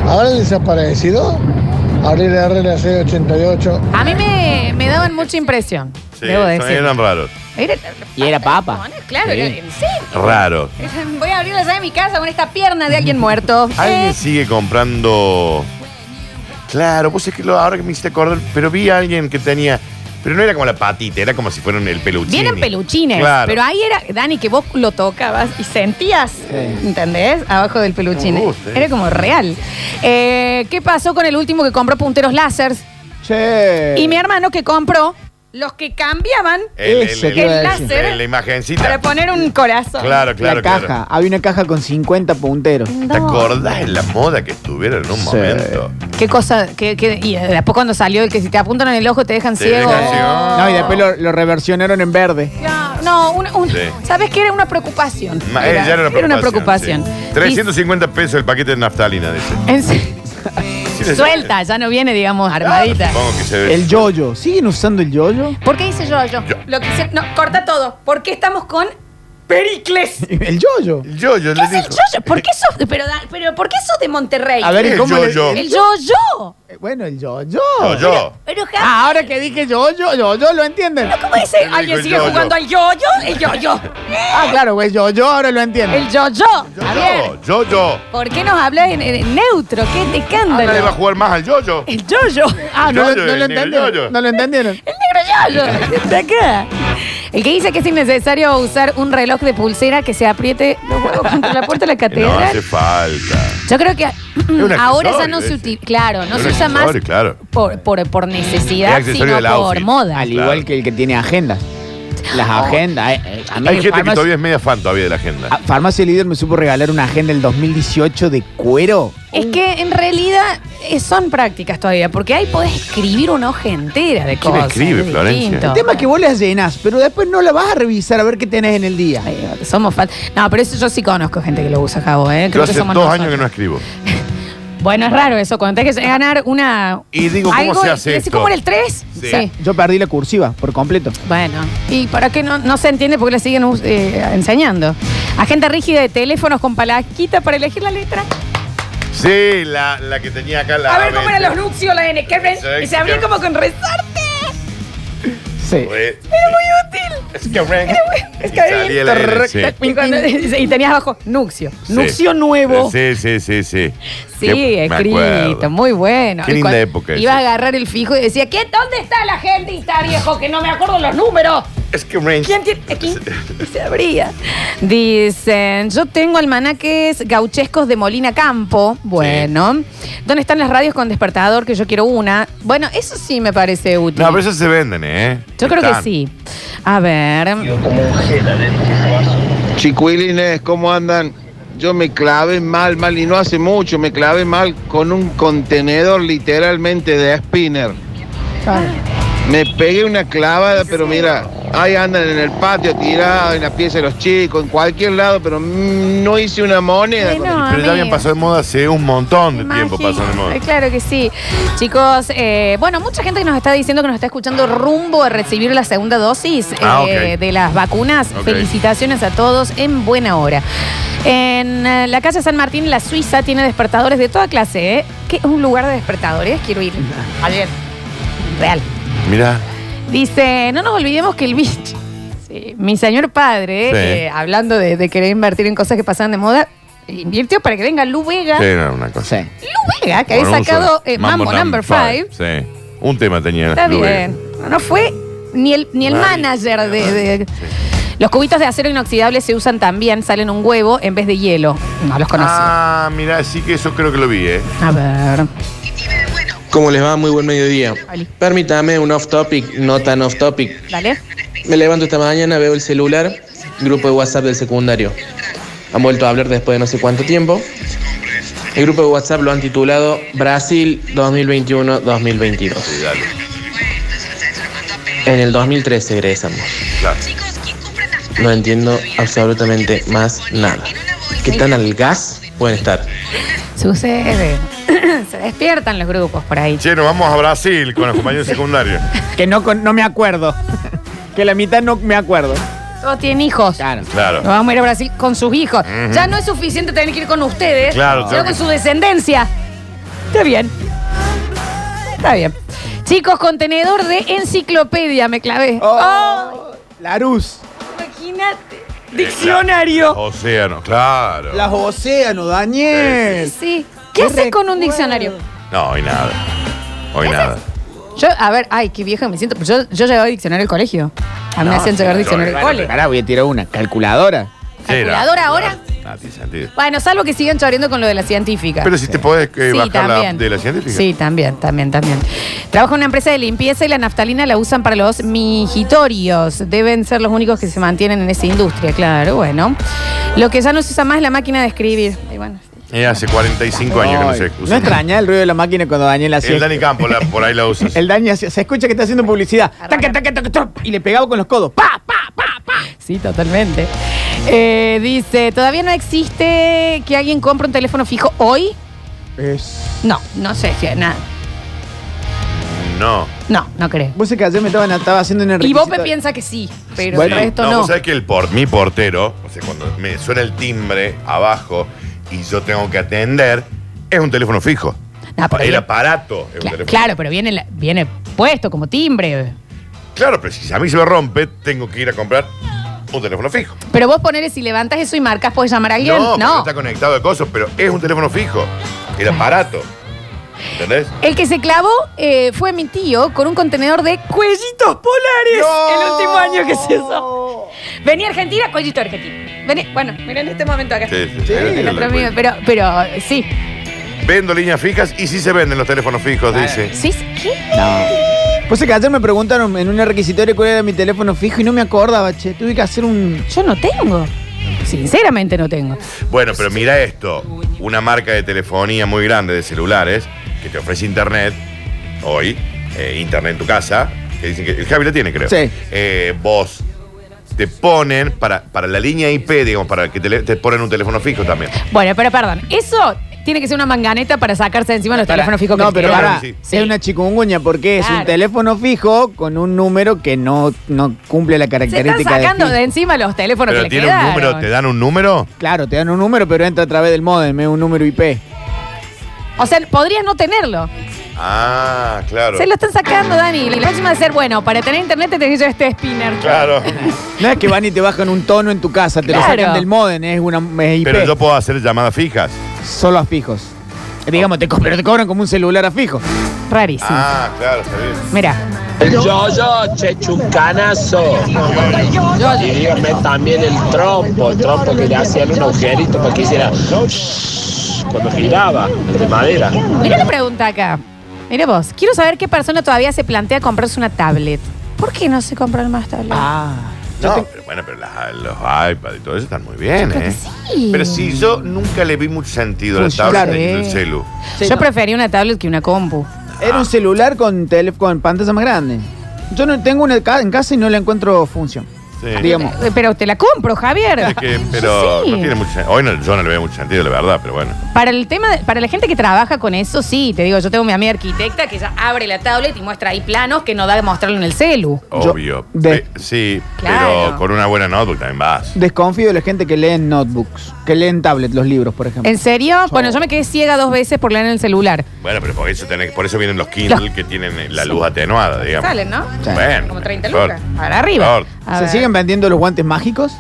[SPEAKER 7] ¿Habrán desaparecido? Abrir la RLC88.
[SPEAKER 1] A mí me, me daban mucha impresión,
[SPEAKER 2] sí
[SPEAKER 1] debo
[SPEAKER 2] son-
[SPEAKER 1] decir.
[SPEAKER 2] Eran raros.
[SPEAKER 1] Era-
[SPEAKER 3] Y era papa.
[SPEAKER 1] Bueno, Claro,
[SPEAKER 3] Sí.
[SPEAKER 1] era- sí.
[SPEAKER 2] Raros.
[SPEAKER 1] <laughs> Voy a abrir la llave de mi casa con esta pierna de alguien
[SPEAKER 2] <laughs>
[SPEAKER 1] muerto.
[SPEAKER 2] ¿Alguien
[SPEAKER 1] Eh,
[SPEAKER 2] sigue comprando? Claro, pues es que lo- ahora que me hiciste acordar, pero vi a alguien que tenía. Pero no era como la patita, era como si fueran el peluchín.
[SPEAKER 1] Vienen peluchines,
[SPEAKER 2] Claro.
[SPEAKER 1] pero ahí era, Dani, que vos lo tocabas y sentías, ¿entendés? Abajo del peluchín.
[SPEAKER 2] Me gusta, eh.
[SPEAKER 1] Era como real. Eh, ¿Qué pasó con el último que compró punteros lásers?
[SPEAKER 3] Che.
[SPEAKER 1] Y mi hermano que compró los que cambiaban
[SPEAKER 2] El, el,
[SPEAKER 3] Eso
[SPEAKER 2] el-
[SPEAKER 3] te iba a
[SPEAKER 1] el
[SPEAKER 3] decir.
[SPEAKER 1] láser
[SPEAKER 2] el- la imagencita.
[SPEAKER 1] para poner un corazón.
[SPEAKER 2] Claro, claro,
[SPEAKER 3] la
[SPEAKER 2] claro.
[SPEAKER 3] caja. Había una caja con 50 punteros.
[SPEAKER 2] ¿Te acordás en la moda que estuvieron en un
[SPEAKER 3] Sí.
[SPEAKER 2] momento?
[SPEAKER 1] ¿Qué cosa? qué- qué- y después cuando salió el que si te apuntan en el ojo te dejan
[SPEAKER 2] Te
[SPEAKER 1] ciego.
[SPEAKER 2] dejan ciego.
[SPEAKER 3] No, y después lo, lo reversionaron en verde.
[SPEAKER 1] Claro, No, un- un-
[SPEAKER 2] Sí.
[SPEAKER 1] ¿sabes qué? Era una preocupación.
[SPEAKER 2] Ma- eh, ya
[SPEAKER 1] Era una preocupación.
[SPEAKER 2] sí. 350 pesos el paquete de naftalina, dice.
[SPEAKER 1] <laughs> En se-
[SPEAKER 2] Sí, sí.
[SPEAKER 1] Suelta, ya no viene, digamos, armadita.
[SPEAKER 2] Supongo que se ve.
[SPEAKER 3] El yoyo. ¿Siguen usando el yoyo? <laughs>
[SPEAKER 1] ¿Por qué hice yo, yo?
[SPEAKER 2] Yo.
[SPEAKER 1] Lo que hice- no, corta todo. ¿Por qué estamos con Pericles.
[SPEAKER 3] El yoyo.
[SPEAKER 2] El yoyo
[SPEAKER 1] ¿Qué
[SPEAKER 2] le
[SPEAKER 1] es el
[SPEAKER 2] dijo.
[SPEAKER 1] yoyo? ¿Por qué sos, pero, da- pero ¿por qué sos de Monterrey?
[SPEAKER 3] A ver, ¿y
[SPEAKER 2] El
[SPEAKER 3] cómo le-
[SPEAKER 2] yoyo.
[SPEAKER 1] El yo-yo.
[SPEAKER 3] Eh, Bueno, el yoyo.
[SPEAKER 2] Yoyo.
[SPEAKER 1] Pero
[SPEAKER 3] Ah,
[SPEAKER 1] ja-
[SPEAKER 3] ahora que dije yoyo, yoyo, ¿lo entienden?
[SPEAKER 1] ¿Cómo dice?
[SPEAKER 2] Él dijo
[SPEAKER 1] ¿Alguien
[SPEAKER 2] el
[SPEAKER 1] sigue
[SPEAKER 2] yo-yo.
[SPEAKER 1] jugando al yo-yo? El yo-yo.
[SPEAKER 3] Ah, claro, güey, yoyo, ahora lo entienden.
[SPEAKER 1] El yo-yo. A ver,
[SPEAKER 2] Yoyo. Yoyo.
[SPEAKER 1] ¿por qué nos hablas en, en neutro? ¡Qué
[SPEAKER 2] Ahora le va a
[SPEAKER 1] escándalo!
[SPEAKER 2] jugar más al yoyo.
[SPEAKER 1] El yo-yo.
[SPEAKER 3] Ah, no, lo-
[SPEAKER 2] yoyo,
[SPEAKER 3] no lo
[SPEAKER 2] el negro yoyo.
[SPEAKER 3] entendieron. No lo entendieron.
[SPEAKER 1] El negro
[SPEAKER 2] <laughs>
[SPEAKER 1] yo-yo. De acá. El que dice que es innecesario usar un reloj de pulsera que se apriete los huevos contra la puerta de la
[SPEAKER 2] <laughs> No
[SPEAKER 1] catedral.
[SPEAKER 2] hace falta.
[SPEAKER 1] Yo creo que <clears throat>
[SPEAKER 2] un
[SPEAKER 1] ahora ya
[SPEAKER 2] accesorio
[SPEAKER 1] no se
[SPEAKER 2] ese.
[SPEAKER 1] utiliza. Claro, no
[SPEAKER 2] Es
[SPEAKER 1] se
[SPEAKER 2] un
[SPEAKER 1] usa más
[SPEAKER 2] accesorio, claro.
[SPEAKER 1] por, por, por necesidad,
[SPEAKER 2] Es accesorio
[SPEAKER 1] sino
[SPEAKER 2] del
[SPEAKER 1] por
[SPEAKER 2] outfit.
[SPEAKER 1] moda.
[SPEAKER 3] Al
[SPEAKER 2] Claro. Oh.
[SPEAKER 3] igual que el que tiene agendas. Las agendas. eh, eh, a mí
[SPEAKER 2] Hay
[SPEAKER 3] en
[SPEAKER 2] gente que
[SPEAKER 3] farmacia-
[SPEAKER 2] todavía es media fan todavía de la agenda.
[SPEAKER 3] a-
[SPEAKER 1] Ah,
[SPEAKER 3] Farmacia Líder me supo regalar una agenda del 2018 de cuero.
[SPEAKER 1] Es que en realidad eh, son prácticas todavía, porque ahí podés escribir una hoja entera de
[SPEAKER 2] ¿Quién
[SPEAKER 1] cosas.
[SPEAKER 2] escribe,
[SPEAKER 1] es
[SPEAKER 2] Florencia?
[SPEAKER 1] distinto.
[SPEAKER 2] El
[SPEAKER 3] El tema es que vos las llenas, pero después no la vas a revisar a ver qué tenés en el día.
[SPEAKER 1] Ay, Somos fal- No, pero eso yo sí conozco gente que lo usa, Javo, ¿eh?
[SPEAKER 2] Yo
[SPEAKER 1] Creo que
[SPEAKER 2] hace dos
[SPEAKER 1] somos
[SPEAKER 2] años que no
[SPEAKER 1] nosotros.
[SPEAKER 2] escribo.
[SPEAKER 1] Bueno, es raro eso, cuando tenés que ganar una...
[SPEAKER 2] Y digo, ¿cómo
[SPEAKER 1] algo,
[SPEAKER 2] se hace
[SPEAKER 1] ¿es
[SPEAKER 2] esto?
[SPEAKER 1] como en el 3?
[SPEAKER 2] Sí.
[SPEAKER 3] Yo perdí la cursiva por completo.
[SPEAKER 1] Bueno, ¿y para qué no, no se entiende? Porque la siguen us- eh, enseñando. Agenda rígida de teléfonos con palaquita para elegir la letra.
[SPEAKER 2] Sí, la, la que tenía acá la.
[SPEAKER 1] A ver cómo
[SPEAKER 2] vez.
[SPEAKER 1] eran los nuxios, la N, que
[SPEAKER 2] Sí,
[SPEAKER 1] y se abrían
[SPEAKER 2] claro.
[SPEAKER 1] como con resorte.
[SPEAKER 3] Sí.
[SPEAKER 2] Eh,
[SPEAKER 1] Muy útil.
[SPEAKER 2] Es que arranca.
[SPEAKER 1] Es
[SPEAKER 2] Y
[SPEAKER 1] que ahí-
[SPEAKER 2] salía la N, sí.
[SPEAKER 1] Y, cuando- <laughs> y tenías abajo, Nuxio.
[SPEAKER 2] Sí.
[SPEAKER 1] Nuxio nuevo. Sí,
[SPEAKER 2] Sí, sí, sí, sí. Que- me
[SPEAKER 1] escrito,
[SPEAKER 2] acuerdo.
[SPEAKER 1] muy bueno.
[SPEAKER 2] Qué
[SPEAKER 1] Y
[SPEAKER 2] linda
[SPEAKER 1] cuando
[SPEAKER 2] época
[SPEAKER 1] Iba
[SPEAKER 2] esa.
[SPEAKER 1] a agarrar el fijo y decía, ¿Qué, ¿dónde está la agendita, viejo? Que no me acuerdo los números.
[SPEAKER 2] Es que Range.
[SPEAKER 1] ¿Quién tiene aquí?
[SPEAKER 2] <laughs>
[SPEAKER 1] Y se abría. Dicen, yo tengo almanaques gauchescos de Molina Campo. Bueno. ¿Dónde están las radios con despertador? Que yo quiero una. Bueno, eso sí me parece útil.
[SPEAKER 2] No, pero esas se venden, ¿eh?
[SPEAKER 1] yo creo que
[SPEAKER 2] Están.
[SPEAKER 1] sí. A ver.
[SPEAKER 8] Chiquilines, ¿cómo andan? Yo me clavé mal, mal, y no hace mucho, me clavé mal con un contenedor literalmente de spinner.
[SPEAKER 7] Ah.
[SPEAKER 8] Me pegué una clavada, pero mira, ahí andan en el patio tirado, en la pieza de los chicos, en cualquier lado, pero mm, no hice una moneda. con
[SPEAKER 1] Bueno,
[SPEAKER 8] el-
[SPEAKER 2] Pero ya habían
[SPEAKER 1] amigo.
[SPEAKER 2] pasado de moda hace un montón de
[SPEAKER 1] Imagino.
[SPEAKER 2] tiempo. Pasó de moda.
[SPEAKER 1] Eh, Claro que sí. Chicos, eh, bueno, mucha gente que nos está diciendo que nos está escuchando rumbo a recibir la segunda dosis
[SPEAKER 2] Ah,
[SPEAKER 1] eh,
[SPEAKER 2] ok.
[SPEAKER 1] de las vacunas.
[SPEAKER 2] Ok.
[SPEAKER 1] Felicitaciones a todos en buena hora. En eh, la calle San Martín, la Suiza, tiene despertadores de toda clase. ¿eh? ¿Qué es un lugar de despertadores? Quiero ir. Ayer. Real.
[SPEAKER 2] Mirá.
[SPEAKER 1] Dice, no nos olvidemos que el bicho, Sí, mi señor padre,
[SPEAKER 2] Sí.
[SPEAKER 1] eh, hablando de, de querer invertir en cosas que pasaban de moda, invirtió para que venga Lu Vega.
[SPEAKER 2] Sí, era una cosa.
[SPEAKER 3] Sí.
[SPEAKER 1] Lu Vega, que
[SPEAKER 2] Con
[SPEAKER 1] había
[SPEAKER 2] un
[SPEAKER 1] sacado
[SPEAKER 2] solo-
[SPEAKER 1] eh, Mambo, Number 5.
[SPEAKER 2] Sí. Un tema tenía.
[SPEAKER 1] Está
[SPEAKER 2] Lu Vega.
[SPEAKER 1] bien. No fue ni el, ni el
[SPEAKER 2] Nadie.
[SPEAKER 1] manager de, de-
[SPEAKER 2] Sí.
[SPEAKER 1] Los cubitos de acero inoxidable se usan también, salen un huevo en vez de hielo. No los conocí.
[SPEAKER 2] Ah, mirá, sí que eso creo que lo vi, ¿eh?
[SPEAKER 1] A ver.
[SPEAKER 9] ¿Cómo les va? Muy buen mediodía.
[SPEAKER 1] Ali,
[SPEAKER 9] Permítame un off topic, no tan off topic.
[SPEAKER 1] Dale.
[SPEAKER 9] Me levanto esta mañana, veo el celular, grupo de WhatsApp del secundario. Han vuelto a hablar después de no sé cuánto tiempo. El grupo de WhatsApp lo han titulado Brasil 2021-2022.
[SPEAKER 2] Sí, dale.
[SPEAKER 9] En el 2013 egresamos.
[SPEAKER 2] Claro.
[SPEAKER 9] No entiendo absolutamente más nada. ¿Qué tan al gas pueden estar?
[SPEAKER 1] Sucede. <clears throat> se despiertan los grupos por ahí.
[SPEAKER 2] Che, nos vamos a Brasil con los compañeros secundarios.
[SPEAKER 3] Que no, con- no me acuerdo. que la mitad no me acuerdo.
[SPEAKER 1] Todos tienen hijos.
[SPEAKER 3] Claro.
[SPEAKER 1] Nos
[SPEAKER 2] Claro.
[SPEAKER 1] vamos a ir a Brasil con sus hijos. Ya no es suficiente tener que ir con ustedes,
[SPEAKER 2] Claro,
[SPEAKER 1] sino
[SPEAKER 2] claro.
[SPEAKER 1] con su descendencia. Está bien. Está bien. Chicos, contenedor de enciclopedia, me clavé.
[SPEAKER 3] Oh, La luz.
[SPEAKER 1] Oh, imagínate.
[SPEAKER 2] Eh,
[SPEAKER 1] Diccionario.
[SPEAKER 2] Océano, claro.
[SPEAKER 3] Las océanos,
[SPEAKER 2] Oh.
[SPEAKER 3] Daniel.
[SPEAKER 1] Sí. ¿Qué haces con un diccionario?
[SPEAKER 2] No, hoy nada. Hoy nada.
[SPEAKER 1] Yo, a ver, ay, qué vieja me siento. Yo, yo llevaba diccionario al colegio. A mí me hacían llevar
[SPEAKER 2] sí,
[SPEAKER 1] diccionario al
[SPEAKER 2] bueno,
[SPEAKER 1] cole.
[SPEAKER 3] Ahora voy a tirar una. Calculadora.
[SPEAKER 1] ¿Calculadora ahora?
[SPEAKER 2] No, Ah, tiene sentido.
[SPEAKER 1] Bueno, salvo que sigan choreando con lo de la científica.
[SPEAKER 2] Pero si te podés eh,
[SPEAKER 1] Sí,
[SPEAKER 2] bajar la,
[SPEAKER 1] también.
[SPEAKER 2] de la científica.
[SPEAKER 1] Sí, también, también, también. Trabajo en una empresa de limpieza y la naftalina la usan para los mijitorios. Deben ser los únicos que se mantienen en esa industria, claro, bueno. Lo que ya no se usa más es la máquina de escribir. Y bueno,
[SPEAKER 2] Eh, hace 45 años que no se
[SPEAKER 3] Ay,
[SPEAKER 2] excusa.
[SPEAKER 3] no extraña el ruido de la máquina cuando Daniel hacía.
[SPEAKER 2] El Dani Campo la- por ahí la usa.
[SPEAKER 1] <laughs>
[SPEAKER 3] El Dani hacía- se escucha que está haciendo publicidad. Taca, taca, taca, taca, y le pegaba con los codos. ¡Pa! ¡Pa! ¡Pa! ¡Pa!
[SPEAKER 1] sí, totalmente. Eh, dice, ¿todavía no existe que alguien compre un teléfono fijo hoy?
[SPEAKER 3] Es.
[SPEAKER 1] No, no sé, si- nada.
[SPEAKER 2] no.
[SPEAKER 1] No, no creo.
[SPEAKER 3] Vos sé que ayer me estaban estaba haciendo una
[SPEAKER 1] Y Bope
[SPEAKER 3] requisita-
[SPEAKER 1] piensa que sí, pero
[SPEAKER 3] Bueno,
[SPEAKER 1] el resto no.
[SPEAKER 2] vos sabés que el por, mi portero, o sea, cuando me suena el timbre abajo y yo tengo que atender, es un teléfono fijo.
[SPEAKER 1] Ah, pero
[SPEAKER 2] el
[SPEAKER 1] bien.
[SPEAKER 2] aparato es un
[SPEAKER 1] Cla-
[SPEAKER 2] teléfono
[SPEAKER 1] claro, pero viene, la- viene puesto como timbre.
[SPEAKER 2] Claro, pero si a mí se me rompe, tengo que ir a comprar un teléfono fijo.
[SPEAKER 1] Pero vos ponele, si levantas eso y marcas, ¿puedes llamar a alguien?
[SPEAKER 2] No,
[SPEAKER 1] No.
[SPEAKER 2] porque está conectado de cosas, pero es un teléfono fijo. El aparato. ¿Entendés?
[SPEAKER 1] El que se clavó eh, fue mi tío con un contenedor de cuellitos polares. El último año que se hizo. Venía Argentina, cuellito argentino. Vení, bueno, mira en este momento acá.
[SPEAKER 2] Sí, sí, sí.
[SPEAKER 1] El otro amigo, pero, pero eh, sí.
[SPEAKER 2] Vendo líneas fijas y sí se venden los teléfonos fijos, dice.
[SPEAKER 1] ¿Sí? ¿Qué?
[SPEAKER 3] Vos sé Pues que ayer me preguntaron en una requisitoria cuál era mi teléfono fijo y no me acordaba, che. Tuve que hacer un.
[SPEAKER 1] Yo no tengo. Sinceramente no tengo.
[SPEAKER 2] Bueno, pero mira esto. Una marca de telefonía muy grande de celulares que te ofrece internet hoy, eh, internet en tu casa, que dicen que el Javi lo tiene, creo.
[SPEAKER 3] Sí.
[SPEAKER 2] Eh, vos te ponen para, para la línea IP, digamos, para que te, le- te ponen un teléfono fijo también.
[SPEAKER 1] Bueno, pero perdón. Eso tiene que ser una manganeta para sacarse de encima los teléfonos fijos que
[SPEAKER 3] No, pero
[SPEAKER 1] tienen.
[SPEAKER 3] pará,
[SPEAKER 2] Sí.
[SPEAKER 3] es una chikungunya porque es
[SPEAKER 1] Claro.
[SPEAKER 3] un teléfono fijo con un número que no, no cumple la
[SPEAKER 1] Se están
[SPEAKER 3] característica
[SPEAKER 1] sacando
[SPEAKER 3] de.
[SPEAKER 1] de,
[SPEAKER 3] fijo.
[SPEAKER 1] encima los teléfonos
[SPEAKER 2] Pero
[SPEAKER 1] que
[SPEAKER 2] tiene
[SPEAKER 1] le
[SPEAKER 2] un número,
[SPEAKER 1] quedaron.
[SPEAKER 2] te dan un número.
[SPEAKER 3] Claro, te dan un número, pero entra a través del modem, es un número IP.
[SPEAKER 1] O sea, podrías no tenerlo.
[SPEAKER 2] Ah, claro.
[SPEAKER 1] Se lo están sacando, Dani. La próxima va a ser, bueno, para tener internet te tenés que llevar este spinner. <laughs>
[SPEAKER 2] Claro.
[SPEAKER 3] No es que van y te bajan un tono en tu casa, te lo
[SPEAKER 1] Claro.
[SPEAKER 3] sacan del modem, es una es IP.
[SPEAKER 2] Pero yo puedo hacer llamadas fijas.
[SPEAKER 3] Solo a fijos. Digamos, te, co- pero te cobran como un celular a fijo.
[SPEAKER 1] Rarísimo.
[SPEAKER 2] Ah, claro, está bien.
[SPEAKER 1] Mira,
[SPEAKER 6] El yoyo, che, chuncanazo. Y dígame también el trompo, el trompo que le hacían un agujerito para que hiciera cuando giraba, el de madera.
[SPEAKER 1] mira la pregunta acá. Mira vos, quiero saber qué persona todavía se plantea comprarse una tablet. ¿Por qué no se compran más tablets?
[SPEAKER 3] Ah.
[SPEAKER 2] No, pero bueno, pero las- los iPads y todo eso están muy bien,
[SPEAKER 1] creo que
[SPEAKER 2] ¿eh?
[SPEAKER 1] sí. ¿eh?
[SPEAKER 2] Pero sí, yo nunca le vi mucho sentido a la
[SPEAKER 3] Pues,
[SPEAKER 2] tablet
[SPEAKER 3] claro.
[SPEAKER 2] del celu.
[SPEAKER 1] Yo prefería una tablet que una compu.
[SPEAKER 3] Era un celular con, tele- con pantalla más grande. Yo no tengo una ca- en casa y no le encuentro función.
[SPEAKER 2] Sí.
[SPEAKER 3] Digamos.
[SPEAKER 1] Eh, Pero te la compro, Javier.
[SPEAKER 2] Es que-
[SPEAKER 1] <laughs>
[SPEAKER 2] pero
[SPEAKER 1] Sí.
[SPEAKER 2] no tiene mucho sentido. Hoy no- yo no le veo mucho sentido, la verdad, pero bueno.
[SPEAKER 1] Para el tema, de- para la gente que trabaja con eso, sí, te digo, yo tengo mi amiga arquitecta que ya abre la tablet y muestra ahí planos que no da de mostrarlo en el celu.
[SPEAKER 3] Yo-
[SPEAKER 2] Obvio.
[SPEAKER 3] de-
[SPEAKER 2] Pe- sí,
[SPEAKER 1] Claro.
[SPEAKER 2] pero con una buena notebook también vas.
[SPEAKER 3] Desconfío de la gente que lee en notebooks, que lee en tablet los libros, por ejemplo.
[SPEAKER 1] ¿En serio? Bueno, yo me quedé ciega dos veces por leer en el celular.
[SPEAKER 2] Bueno, pero por eso, tenés- por eso vienen los Kindle
[SPEAKER 1] Los-
[SPEAKER 2] que tienen la luz atenuada, digamos.
[SPEAKER 1] Salen, ¿no?
[SPEAKER 3] Sí.
[SPEAKER 2] Bueno.
[SPEAKER 1] Como 30
[SPEAKER 2] mejor.
[SPEAKER 1] lucas. Para arriba.
[SPEAKER 2] Mejor.
[SPEAKER 1] A
[SPEAKER 3] ¿Se
[SPEAKER 1] ver.
[SPEAKER 3] siguen vendiendo los guantes mágicos?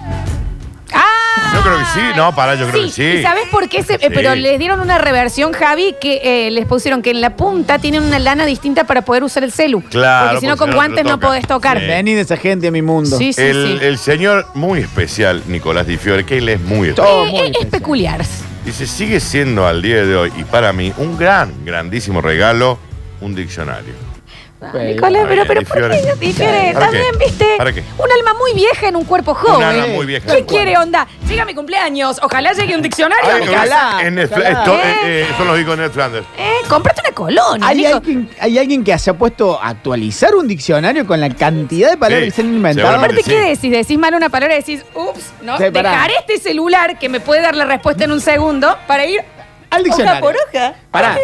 [SPEAKER 1] ¡Ah!
[SPEAKER 2] Yo creo que sí, no, pará, yo creo que sí.
[SPEAKER 1] ¿Y sabes por qué? se- eh,
[SPEAKER 2] Sí.
[SPEAKER 1] Pero les dieron una reversión, Javi, que eh, les pusieron que en la punta tienen una lana distinta para poder usar el celu.
[SPEAKER 2] Claro,
[SPEAKER 1] Porque si no,
[SPEAKER 2] porque
[SPEAKER 1] con
[SPEAKER 2] si no,
[SPEAKER 1] guantes
[SPEAKER 2] no
[SPEAKER 1] no
[SPEAKER 2] toca.
[SPEAKER 1] podés tocar.
[SPEAKER 2] Sí.
[SPEAKER 3] Venid esa gente a mi mundo.
[SPEAKER 1] Sí, Eh, sí,
[SPEAKER 2] el,
[SPEAKER 1] sí.
[SPEAKER 2] el señor muy especial, Nicolás Di Fiore, que él es muy especial.
[SPEAKER 3] Todo
[SPEAKER 1] Eh,
[SPEAKER 3] muy
[SPEAKER 1] eh, es
[SPEAKER 3] especial.
[SPEAKER 1] peculiar.
[SPEAKER 2] Dice, sigue siendo al día de hoy, y para mí, un gran, grandísimo regalo, un diccionario.
[SPEAKER 1] Ah, Nicolás, pero,
[SPEAKER 2] Está bien,
[SPEAKER 1] pero
[SPEAKER 2] Di
[SPEAKER 1] ¿por qué
[SPEAKER 2] Fiore.
[SPEAKER 1] Di Fiore?
[SPEAKER 2] ¿Para qué?
[SPEAKER 1] También, viste,
[SPEAKER 2] ¿Para qué?
[SPEAKER 1] un alma muy vieja en un cuerpo joven.
[SPEAKER 2] alma muy vieja en
[SPEAKER 1] ¿Qué
[SPEAKER 2] un cuerpo.
[SPEAKER 1] quiere, onda? Llega mi cumpleaños, ojalá llegue un diccionario Eh, a
[SPEAKER 2] Ay,
[SPEAKER 1] mi
[SPEAKER 2] no,
[SPEAKER 1] casa.
[SPEAKER 3] ojalá,
[SPEAKER 2] en Ned Fla-
[SPEAKER 3] ojalá.
[SPEAKER 2] esto- eh, eh, son los hijos de Ned Flanders.
[SPEAKER 1] Eh, cómprate una colonia,
[SPEAKER 3] ¿Hay
[SPEAKER 1] Nico.
[SPEAKER 3] alguien, hay alguien que se ha puesto a actualizar un diccionario con la cantidad de palabras
[SPEAKER 2] Sí,
[SPEAKER 3] que se han inventado.
[SPEAKER 2] seguramente.
[SPEAKER 1] Aparte, ¿qué
[SPEAKER 2] Sí.
[SPEAKER 1] decís? Decís mal una palabra y decís, ups, no,
[SPEAKER 3] Sí, pará.
[SPEAKER 1] dejar este celular que me puede dar la respuesta en un segundo para ir
[SPEAKER 3] Al
[SPEAKER 1] hoja
[SPEAKER 3] diccionario.
[SPEAKER 1] por hoja.
[SPEAKER 3] Pará.
[SPEAKER 1] Ay,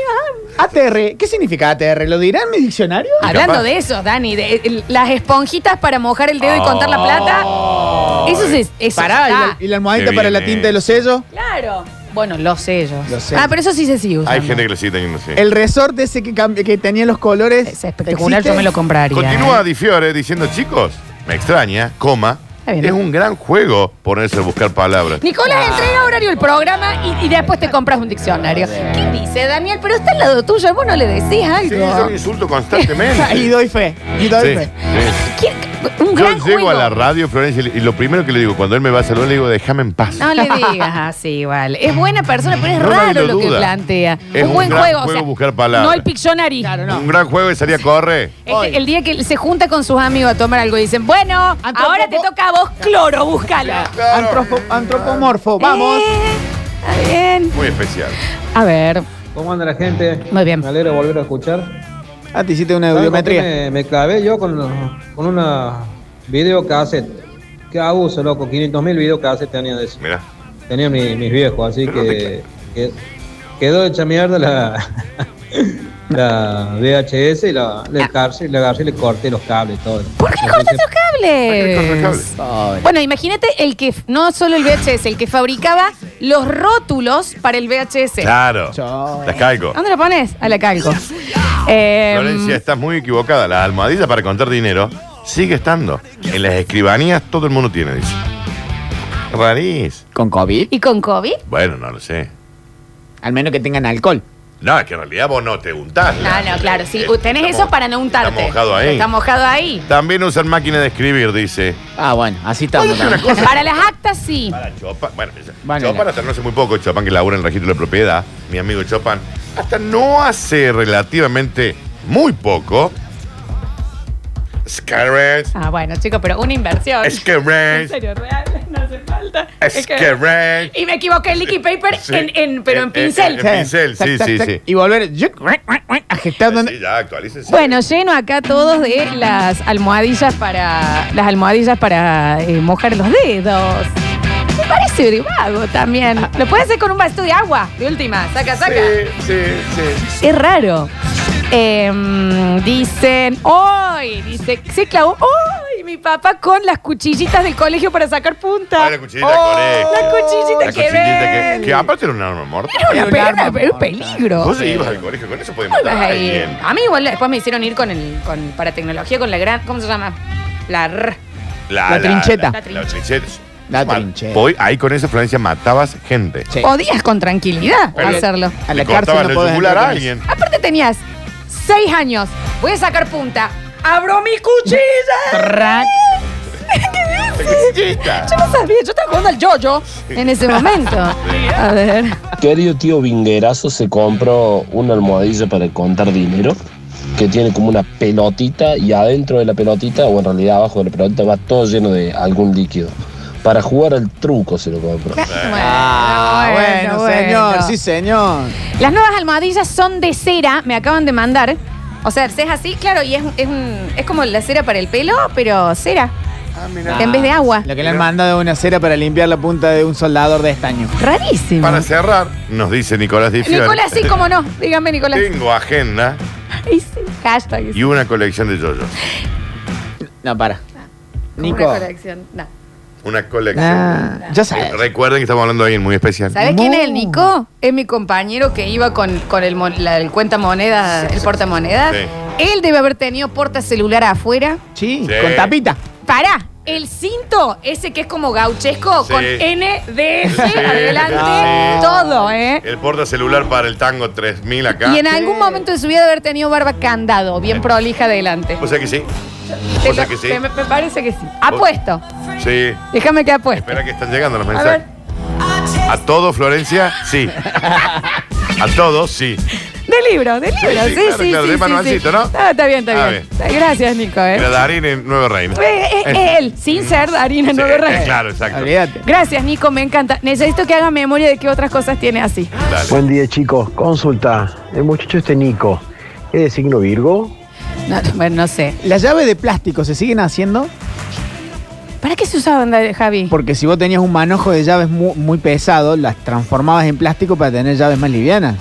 [SPEAKER 1] ah.
[SPEAKER 3] ATR, ¿qué significa ATR? ¿Lo dirá en mi diccionario?
[SPEAKER 1] Hablando
[SPEAKER 2] capaz.
[SPEAKER 1] de eso, Dani, de, el- las esponjitas para mojar el dedo y contar la plata.
[SPEAKER 2] Oh.
[SPEAKER 1] Eso es. Eso
[SPEAKER 3] Pará, ¿y
[SPEAKER 1] está.
[SPEAKER 3] la, y la almohadita
[SPEAKER 2] Qué
[SPEAKER 3] para la
[SPEAKER 2] bien, eh.
[SPEAKER 3] tinta de los sellos?
[SPEAKER 1] Claro. Bueno, los sellos.
[SPEAKER 3] Los sellos.
[SPEAKER 1] Ah, pero eso sí se sigue usando.
[SPEAKER 2] Hay gente que lo sigue teniendo así.
[SPEAKER 3] El resorte ese que, cambia- que tenía los colores.
[SPEAKER 1] Es espectacular,
[SPEAKER 3] ¿existe?
[SPEAKER 1] yo me lo compraría.
[SPEAKER 2] Continúa
[SPEAKER 1] ¿eh?
[SPEAKER 2] Di Fiore diciendo, chicos, me extraña, coma,
[SPEAKER 1] Está bien.
[SPEAKER 2] es un gran juego ponerse a buscar palabras.
[SPEAKER 1] Nicolás, entrega horario el programa y, y después te compras un diccionario. ¿Qué dice, Daniel? Pero está al lado tuyo, vos no le decís
[SPEAKER 2] Sí, yo
[SPEAKER 1] algo.
[SPEAKER 2] lo insulto constantemente.
[SPEAKER 1] <laughs>
[SPEAKER 3] <laughs> Y doy fe. Y doy
[SPEAKER 2] Sí,
[SPEAKER 3] fe.
[SPEAKER 2] sí.
[SPEAKER 1] ¿Qué- Un
[SPEAKER 2] Yo
[SPEAKER 1] gran
[SPEAKER 2] llego
[SPEAKER 1] juego.
[SPEAKER 2] a la radio, Florencia, y lo primero que le digo, cuando él me va a saludar, le digo, déjame en paz.
[SPEAKER 1] No le digas así, igual. Es buena persona, pero es
[SPEAKER 2] No, nadie
[SPEAKER 1] raro
[SPEAKER 2] lo
[SPEAKER 1] lo, que
[SPEAKER 2] duda.
[SPEAKER 1] plantea.
[SPEAKER 2] Es un
[SPEAKER 1] buen
[SPEAKER 2] gran
[SPEAKER 1] juego.
[SPEAKER 2] juego
[SPEAKER 1] o sea,
[SPEAKER 2] buscar palabras.
[SPEAKER 1] No el Pictionary.
[SPEAKER 2] Un gran juego y salía a correr.
[SPEAKER 1] Este, el día que se junta con sus amigos a tomar algo y dicen, bueno,
[SPEAKER 3] Antropo-
[SPEAKER 1] ahora te toca a vos, cloro, búscala.
[SPEAKER 3] Antropo- antropomorfo, vamos.
[SPEAKER 1] Eh, está bien.
[SPEAKER 2] Muy especial.
[SPEAKER 1] A ver,
[SPEAKER 10] ¿Cómo anda la gente?
[SPEAKER 1] Muy bien.
[SPEAKER 10] Me alegro volver a escuchar.
[SPEAKER 3] Ah, te hiciste una
[SPEAKER 10] ¿Saben con
[SPEAKER 3] audiometría.
[SPEAKER 10] qué Me, me clavé yo con, con una videocassette. Qué abuso, loco. 500.000 mil videocassettes tenía, de eso.
[SPEAKER 2] Mirá.
[SPEAKER 10] tenía mi- mis viejos, así
[SPEAKER 2] Pero no te
[SPEAKER 1] <laughs>
[SPEAKER 10] que, que- quedó hecha mierda la, la VHS y la, la, cárcel, la cárcel le corté los cables, todo.
[SPEAKER 1] Ah. ¿Por qué le cortan los Eh,
[SPEAKER 2] cortan
[SPEAKER 1] cables?
[SPEAKER 2] los cables?
[SPEAKER 3] Pobre.
[SPEAKER 1] Bueno, imagínate el que, no solo el VHS, el que fabricaba los rótulos para el VHS.
[SPEAKER 2] Claro.
[SPEAKER 3] Chao.
[SPEAKER 2] Las calco.
[SPEAKER 1] ¿Dónde lo pones? A la calco. Eh,
[SPEAKER 2] Florencia, estás muy equivocada. La almohadilla para contar dinero sigue estando. En las escribanías todo el mundo tiene, dice. Rarís.
[SPEAKER 3] ¿Con COVID?
[SPEAKER 1] ¿Y con COVID?
[SPEAKER 2] Bueno, no lo sé.
[SPEAKER 3] Al menos que tengan alcohol.
[SPEAKER 2] No, es que en realidad vos no te untás.
[SPEAKER 1] No, Ah, no, claro, sí. Tenés eso para no untarte.
[SPEAKER 2] Eh, Está mojado ahí.
[SPEAKER 1] Está mojado ahí.
[SPEAKER 2] También usan máquina de escribir, dice.
[SPEAKER 3] Ah, bueno, así estamos. también.
[SPEAKER 1] Para las actas, sí.
[SPEAKER 2] Para Chopan, bueno, ya-
[SPEAKER 3] Bueno,
[SPEAKER 2] Chopan
[SPEAKER 3] la-
[SPEAKER 2] hasta no hace muy poco, Chopan que labura en el registro de la propiedad, mi amigo Chopan, hasta no hace relativamente muy poco. Scarrets,
[SPEAKER 1] Ah, bueno, chicos, pero una inversión. En <laughs>
[SPEAKER 2] Scarrets,
[SPEAKER 1] serio, real, no hace falta. Es que-
[SPEAKER 2] Scarrets.
[SPEAKER 1] Y me equivoqué en liquid paper,
[SPEAKER 2] Sí. Eh,
[SPEAKER 1] en, en- pero en,
[SPEAKER 2] En-
[SPEAKER 1] pincel.
[SPEAKER 2] en- en- pincel, sí, sí, sí.
[SPEAKER 3] Y volver yuc, ruec, ruec, ruec, agitando.
[SPEAKER 2] Sí, ya, actualícense.
[SPEAKER 1] Bueno, lleno acá todos de las almohadillas para. las almohadillas para eh, mojar los dedos. Me parece derivado también. Lo puedes hacer con un vaso de agua, de última. Saca, saca.
[SPEAKER 2] Sí, sí, sí.
[SPEAKER 1] Es raro. Em, dicen, ¡ay! Dice, se clavó, ¡ay! Mi papá con las cuchillitas del colegio para sacar punta.
[SPEAKER 2] Ah, la cuchillita del
[SPEAKER 3] Oh,
[SPEAKER 2] colegio.
[SPEAKER 1] La cuchillita
[SPEAKER 2] La
[SPEAKER 1] que
[SPEAKER 2] cuchillita
[SPEAKER 1] ven.
[SPEAKER 2] que, que aparte era un arma morta.
[SPEAKER 1] Era una
[SPEAKER 3] Era un
[SPEAKER 1] perra,
[SPEAKER 3] arma
[SPEAKER 1] era un
[SPEAKER 3] mortal.
[SPEAKER 1] peligro.
[SPEAKER 2] Vos ibas al colegio, con eso podés
[SPEAKER 1] Ibas
[SPEAKER 2] matar a
[SPEAKER 1] ahí.
[SPEAKER 2] alguien.
[SPEAKER 1] A mí igual después me hicieron ir con el con, para tecnología con la gran ¿cómo se llama? La R.
[SPEAKER 3] La trincheta.
[SPEAKER 2] La, la trincheta.
[SPEAKER 3] La
[SPEAKER 2] Ma-
[SPEAKER 3] trincheta.
[SPEAKER 2] Hoy, ahí con esa Florencia matabas gente.
[SPEAKER 3] Sí.
[SPEAKER 1] Podías con tranquilidad hacerlo.
[SPEAKER 3] A
[SPEAKER 2] Le
[SPEAKER 3] la cárcel
[SPEAKER 2] cortabas
[SPEAKER 3] no
[SPEAKER 2] la
[SPEAKER 3] podés
[SPEAKER 2] yugular
[SPEAKER 3] entrar
[SPEAKER 2] a
[SPEAKER 3] con
[SPEAKER 2] alguien.
[SPEAKER 1] Aparte tenías seis años. Voy a sacar punta. Abro mi cuchilla. <laughs>
[SPEAKER 3] Track. <laughs>
[SPEAKER 2] Chica.
[SPEAKER 1] Yo no sabía, yo estaba jugando al yo-yo en ese momento. A ver.
[SPEAKER 6] Querido tío Vinguerazo se compró una almohadilla para contar dinero que tiene como una pelotita y adentro de la pelotita, o en realidad abajo de la pelotita, va todo lleno de algún líquido. Para jugar al truco se lo compró.
[SPEAKER 1] Bueno,
[SPEAKER 3] Ah, bueno,
[SPEAKER 1] bueno,
[SPEAKER 3] señor,
[SPEAKER 1] bueno.
[SPEAKER 3] sí, señor.
[SPEAKER 1] Las nuevas almohadillas son de cera, me acaban de mandar. O sea, es así, claro, y es, es, un- es como la cera para el pelo, pero cera. En vez de agua.
[SPEAKER 3] Lo que le han mandado es una cera para limpiar la punta de un soldador de estaño.
[SPEAKER 1] Rarísimo.
[SPEAKER 2] Para cerrar, nos dice Nicolás Di Fiore,
[SPEAKER 1] Nicolás, sí, cómo no. Dígame, Nicolás.
[SPEAKER 2] Tengo agenda
[SPEAKER 1] Ay, sí. Hashtag.
[SPEAKER 2] y una colección de yoyos.
[SPEAKER 3] No, para.
[SPEAKER 1] Como
[SPEAKER 3] Nico.
[SPEAKER 1] Una colección. No.
[SPEAKER 2] Una colección.
[SPEAKER 3] Ah, ya sabes.
[SPEAKER 2] Recuerden que estamos hablando de alguien muy especial.
[SPEAKER 1] ¿Sabes quién es el Nico? Es mi compañero que iba con, con el, mon- la- el cuentamoneda, el portamonedas.
[SPEAKER 2] Sí.
[SPEAKER 1] Él debe haber tenido porta celular afuera.
[SPEAKER 3] Sí,
[SPEAKER 2] Sí.
[SPEAKER 3] con tapita.
[SPEAKER 1] Pará, el cinto, ese que es como gauchesco,
[SPEAKER 2] Sí.
[SPEAKER 1] con NDF
[SPEAKER 2] Sí,
[SPEAKER 1] adelante,
[SPEAKER 2] sí.
[SPEAKER 1] todo, ¿eh?
[SPEAKER 2] <laughs> El porta celular para el tango 3000 acá.
[SPEAKER 1] Y en algún momento de su vida debe haber tenido barba candado, bien prolija adelante.
[SPEAKER 2] O sea que sí.
[SPEAKER 1] Te
[SPEAKER 2] O sea
[SPEAKER 1] lo-
[SPEAKER 2] que sí.
[SPEAKER 1] te- me, me parece que sí. Apuesto.
[SPEAKER 2] Sí.
[SPEAKER 1] Déjame que apueste.
[SPEAKER 2] Espera que están llegando los
[SPEAKER 1] A
[SPEAKER 2] mensajes.
[SPEAKER 1] ver,
[SPEAKER 2] A todo, Florencia,
[SPEAKER 1] <laughs>
[SPEAKER 2] sí. A todos, sí.
[SPEAKER 1] de libro, de libro. Sí,
[SPEAKER 2] Sí, sí,
[SPEAKER 1] sí,
[SPEAKER 2] claro,
[SPEAKER 1] sí.
[SPEAKER 2] claro,
[SPEAKER 1] sí,
[SPEAKER 2] de
[SPEAKER 1] sí,
[SPEAKER 2] manualcito, ¿no?
[SPEAKER 1] Ah, está bien, está
[SPEAKER 2] Ah,
[SPEAKER 1] bien. Gracias, Nico, ¿eh?
[SPEAKER 2] Era Darín en Nueva Reina.
[SPEAKER 1] Eh, eh, eh, él, sin ser Darina, no
[SPEAKER 2] mm. Sí,
[SPEAKER 1] lo
[SPEAKER 2] eh, Claro, exacto.
[SPEAKER 3] Olvídate.
[SPEAKER 1] Gracias, Nico, me encanta. Necesito que haga memoria de qué otras cosas tiene así.
[SPEAKER 2] Dale.
[SPEAKER 11] Buen día chicos, consulta, el muchacho este Nico, ¿es de signo Virgo?
[SPEAKER 1] No, bueno, no sé.
[SPEAKER 3] ¿Las llaves de plástico se siguen haciendo?
[SPEAKER 1] ¿Para qué se usaban, da- Javi?
[SPEAKER 3] Porque si vos tenías un manojo de llaves mu- muy, pesado, las transformabas en plástico para tener llaves más livianas.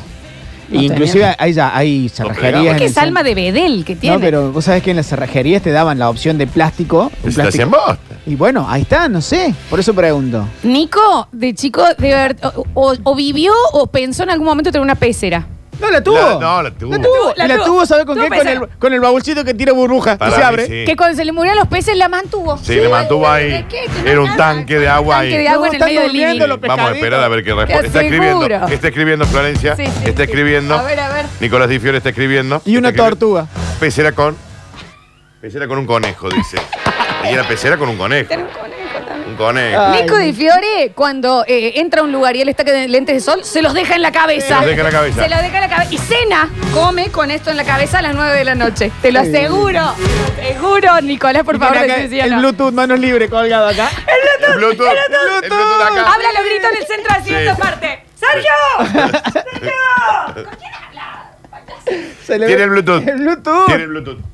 [SPEAKER 1] No
[SPEAKER 3] Y inclusive
[SPEAKER 1] tenía.
[SPEAKER 3] hay, ya- hay cerrajerías.
[SPEAKER 2] pegabas.
[SPEAKER 1] Es
[SPEAKER 3] en
[SPEAKER 1] que
[SPEAKER 3] el
[SPEAKER 1] es alma
[SPEAKER 3] centro.
[SPEAKER 1] de Bedel que tiene.
[SPEAKER 3] No, pero vos sabés que en las cerrajerías te daban la opción de plástico. un
[SPEAKER 2] Está
[SPEAKER 3] plástico-
[SPEAKER 2] en vos.
[SPEAKER 3] Y bueno, ahí está, no sé. Por eso pregunto.
[SPEAKER 1] Nico, de chico, debe haber- o, o- o vivió o pensó en algún momento tener una pecera.
[SPEAKER 3] No, la tuvo.
[SPEAKER 2] La- no, la tuvo.
[SPEAKER 3] La tuvo,
[SPEAKER 1] La
[SPEAKER 3] Y la
[SPEAKER 1] tuvo.
[SPEAKER 3] tuvo, ¿sabes con
[SPEAKER 1] Tuvo
[SPEAKER 3] qué? Con
[SPEAKER 1] pesado.
[SPEAKER 3] el, con el baúlcito que tira burbujas
[SPEAKER 2] Para
[SPEAKER 3] y se
[SPEAKER 2] mí,
[SPEAKER 3] abre.
[SPEAKER 2] sí.
[SPEAKER 1] Que cuando se le murieron los peces la mantuvo.
[SPEAKER 2] Sí, le mantuvo ahí.
[SPEAKER 1] ¿de qué? Que no
[SPEAKER 2] Era un
[SPEAKER 1] nada.
[SPEAKER 2] tanque de agua
[SPEAKER 1] tanque
[SPEAKER 2] ahí.
[SPEAKER 1] de agua
[SPEAKER 3] No,
[SPEAKER 1] en el
[SPEAKER 3] están
[SPEAKER 1] medio del
[SPEAKER 3] durmiendo
[SPEAKER 1] living.
[SPEAKER 3] los pe-
[SPEAKER 2] Vamos a esperar a ver qué responde.
[SPEAKER 1] Te
[SPEAKER 2] Está escribiendo.
[SPEAKER 1] aseguro.
[SPEAKER 2] Está escribiendo Florencia.
[SPEAKER 1] Sí, sí,
[SPEAKER 2] está
[SPEAKER 1] sí.
[SPEAKER 2] escribiendo.
[SPEAKER 1] A ver, a ver.
[SPEAKER 2] Nicolás Di Fiore está escribiendo.
[SPEAKER 3] Y una
[SPEAKER 2] Está escribi-
[SPEAKER 3] tortuga.
[SPEAKER 2] Pecera con. Pecera con un conejo,
[SPEAKER 1] <laughs>
[SPEAKER 2] dice. Y era pecera con un conejo.
[SPEAKER 1] Era un conejo también.
[SPEAKER 2] Un conejo.
[SPEAKER 3] Ah. Ay,
[SPEAKER 1] Nico Di Fiore, cuando eh, entra a un lugar y él está con lentes de sol, se los deja en la cabeza.
[SPEAKER 2] Se los deja en la cabeza.
[SPEAKER 1] Se los deja en la cabeza. Y cena, come con esto en la cabeza a las 9 de la noche. Te lo aseguro. Seguro, Nicolás, por
[SPEAKER 3] Y
[SPEAKER 1] favor,
[SPEAKER 3] pone acá
[SPEAKER 1] decí sí o
[SPEAKER 3] el
[SPEAKER 1] no.
[SPEAKER 3] Bluetooth mano libre
[SPEAKER 2] <laughs>
[SPEAKER 3] colgado acá.
[SPEAKER 2] El Bluetooth. El Bluetooth de acá.
[SPEAKER 1] Habla, lo grito en el centro así
[SPEAKER 2] Sí.
[SPEAKER 1] en esta parte. ¡Sergio!
[SPEAKER 3] Se le
[SPEAKER 2] Tiene
[SPEAKER 3] ve-
[SPEAKER 2] el Bluetooth.
[SPEAKER 3] El Bluetooth.
[SPEAKER 2] Tiene el Bluetooth.
[SPEAKER 1] <laughs>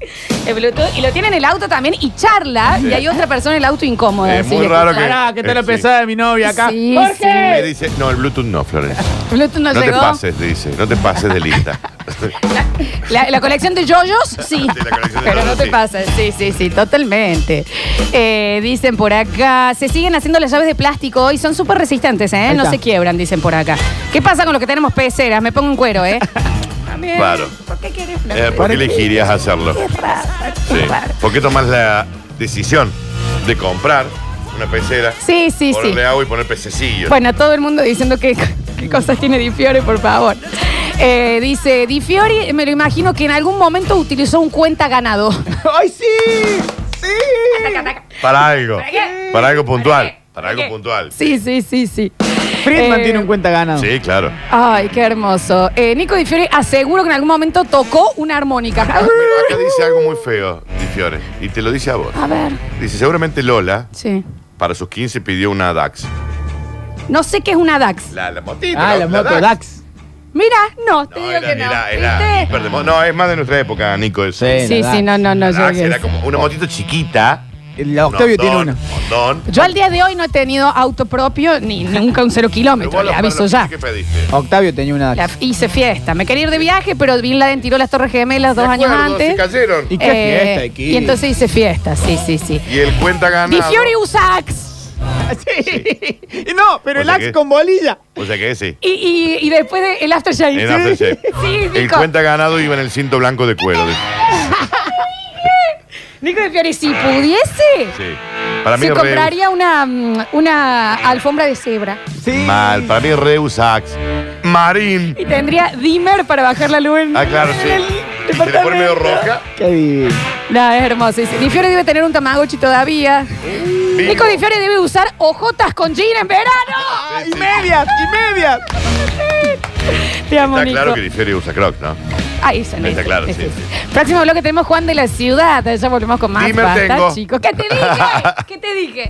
[SPEAKER 1] El Bluetooth, y lo tiene en el auto también y charla. Y hay otra persona en el auto incómoda.
[SPEAKER 2] Es
[SPEAKER 1] así,
[SPEAKER 2] muy
[SPEAKER 1] le-
[SPEAKER 2] raro que.
[SPEAKER 3] Pará, que está
[SPEAKER 2] eh,
[SPEAKER 3] la
[SPEAKER 2] sí.
[SPEAKER 3] pesada de mi novia acá.
[SPEAKER 1] Sí,
[SPEAKER 3] Jorge.
[SPEAKER 1] sí.
[SPEAKER 2] Me dice. No, el Bluetooth no, Florencia.
[SPEAKER 1] Bluetooth <laughs> no,
[SPEAKER 2] No te
[SPEAKER 1] llegó. <laughs>
[SPEAKER 2] pases, dice. No te pases de lista.
[SPEAKER 1] La, la colección de
[SPEAKER 2] <laughs>
[SPEAKER 1] yoyos, sí.
[SPEAKER 2] la colección de
[SPEAKER 1] Pero no
[SPEAKER 2] yoyos,
[SPEAKER 1] te
[SPEAKER 2] sí.
[SPEAKER 1] pasa. Sí, sí, sí, totalmente. Eh, dicen por acá, se siguen haciendo las llaves de plástico hoy, son súper resistentes, ¿eh?
[SPEAKER 3] Ahí
[SPEAKER 1] No
[SPEAKER 3] está.
[SPEAKER 1] se quiebran, dicen por acá. ¿Qué pasa con los que tenemos peceras? Me pongo un cuero, ¿eh? También.
[SPEAKER 2] <laughs> Claro.
[SPEAKER 1] ¿Por qué querés?
[SPEAKER 2] Eh, ¿Por qué elegirías hacerlo? Sí. ¿Por qué tomas la decisión de comprar una pecera,
[SPEAKER 1] Sí, sí, sí.
[SPEAKER 2] ponerle agua y poner pececillos?
[SPEAKER 1] Bueno, todo el mundo diciendo que, <laughs> qué cosas tiene Di Fiore, por favor. Eh, dice, Di Fiore, me lo imagino que en algún momento utilizó un cuenta ganado.
[SPEAKER 3] ¡Ay, sí! ¡Sí!
[SPEAKER 2] Para algo.
[SPEAKER 1] ¿Para qué?
[SPEAKER 2] Para algo puntual.
[SPEAKER 1] qué?
[SPEAKER 2] Para algo
[SPEAKER 1] qué?
[SPEAKER 2] puntual.
[SPEAKER 1] Sí, sí, sí, sí.
[SPEAKER 3] Friedman
[SPEAKER 1] Eh,
[SPEAKER 3] tiene un cuenta ganado. Ah,
[SPEAKER 2] Sí, claro.
[SPEAKER 1] Ay, qué hermoso. Eh, Nico Di Fiore aseguro que en algún momento tocó una
[SPEAKER 2] <laughs>
[SPEAKER 1] armónica.
[SPEAKER 2] Pero Ah, acá dice algo muy feo, Di Fiore, y te lo dice a vos.
[SPEAKER 1] A ver,
[SPEAKER 2] Dice, seguramente Lola,
[SPEAKER 1] sí.
[SPEAKER 2] para sus 15, pidió una DAX.
[SPEAKER 1] No sé qué es una DAX.
[SPEAKER 2] La, la motita.
[SPEAKER 3] Ah, la moto DAX.
[SPEAKER 1] Mira, no, te
[SPEAKER 2] No,
[SPEAKER 1] digo
[SPEAKER 2] era-
[SPEAKER 1] que no.
[SPEAKER 2] era- era
[SPEAKER 1] ¿Viste?
[SPEAKER 2] hiper de mo- no, es más de nuestra época, Nico. eso.
[SPEAKER 3] Sí.
[SPEAKER 1] Sí,
[SPEAKER 3] la
[SPEAKER 1] sí,
[SPEAKER 3] DAX.
[SPEAKER 1] no, no, no.
[SPEAKER 2] La DAX
[SPEAKER 1] llegué.
[SPEAKER 2] era como una motito chiquita.
[SPEAKER 3] El Octavio tiene una.
[SPEAKER 2] Montón.
[SPEAKER 1] Yo al día de hoy no he tenido auto propio ni nunca un cero
[SPEAKER 2] Pero
[SPEAKER 1] kilómetro,
[SPEAKER 2] vos
[SPEAKER 1] le
[SPEAKER 2] lo-
[SPEAKER 1] aviso
[SPEAKER 2] lo-
[SPEAKER 1] ah, ya.
[SPEAKER 2] ¿Qué pediste?
[SPEAKER 3] Octavio tenía una
[SPEAKER 1] La-
[SPEAKER 3] DAX.
[SPEAKER 1] hice fiesta. Me quería ir de viaje, pero Bin Laden tiró las Torres Gemelas dos
[SPEAKER 2] De
[SPEAKER 1] años
[SPEAKER 2] acuerdo,
[SPEAKER 1] antes.
[SPEAKER 2] Se cayeron.
[SPEAKER 3] ¿Y
[SPEAKER 2] Y,
[SPEAKER 3] qué
[SPEAKER 1] Eh,
[SPEAKER 3] fiesta, Iki?
[SPEAKER 1] y entonces hice fiesta, sí, sí, sí.
[SPEAKER 2] el cuenta
[SPEAKER 1] Di
[SPEAKER 2] ganado.
[SPEAKER 1] Fiori usa axe.
[SPEAKER 3] <laughs> Sí. Y no, pero
[SPEAKER 2] O
[SPEAKER 3] el
[SPEAKER 2] sea
[SPEAKER 3] axe
[SPEAKER 2] que-
[SPEAKER 3] con bolilla.
[SPEAKER 2] O sea que sí.
[SPEAKER 1] Y, y, y después de- el aftershave.
[SPEAKER 2] En
[SPEAKER 1] Sí.
[SPEAKER 2] AFC.
[SPEAKER 1] <laughs> Sí,
[SPEAKER 2] el
[SPEAKER 1] Nico.
[SPEAKER 2] cuenta ganado iba en el cinto blanco de cuero. de-
[SPEAKER 1] Nico Di Fiori, si pudiese,
[SPEAKER 2] sí. Para mí
[SPEAKER 1] se
[SPEAKER 2] es re-
[SPEAKER 1] compraría una, mm, una alfombra de cebra.
[SPEAKER 3] Sí.
[SPEAKER 2] Mal, para mí es Reus Axe. Marín.
[SPEAKER 1] Y tendría dimmer para bajar la luz. en-
[SPEAKER 2] Ah, claro,
[SPEAKER 1] en
[SPEAKER 2] sí.
[SPEAKER 1] el
[SPEAKER 2] Y se le pone medio
[SPEAKER 1] departamento.
[SPEAKER 2] roja.
[SPEAKER 3] Qué divino.
[SPEAKER 1] No, es hermoso. Dice, Di Fiore debe tener un Tamagotchi todavía. Nico Di Fiore debe usar ojotas con jean en verano.
[SPEAKER 3] Y medias, y medias.
[SPEAKER 1] Te amo,
[SPEAKER 2] Está
[SPEAKER 1] Nico.
[SPEAKER 2] claro que Diferi usa Crocs, ¿no?
[SPEAKER 1] Ahí se
[SPEAKER 2] Está claro, sí,
[SPEAKER 1] Próximo bloque tenemos Juan de la Ciudad. Ya volvemos con más.
[SPEAKER 2] Dimmer
[SPEAKER 1] Basta,
[SPEAKER 2] tengo. <laughs>
[SPEAKER 1] chicos. ¿Qué te dije? ¿Qué te dije?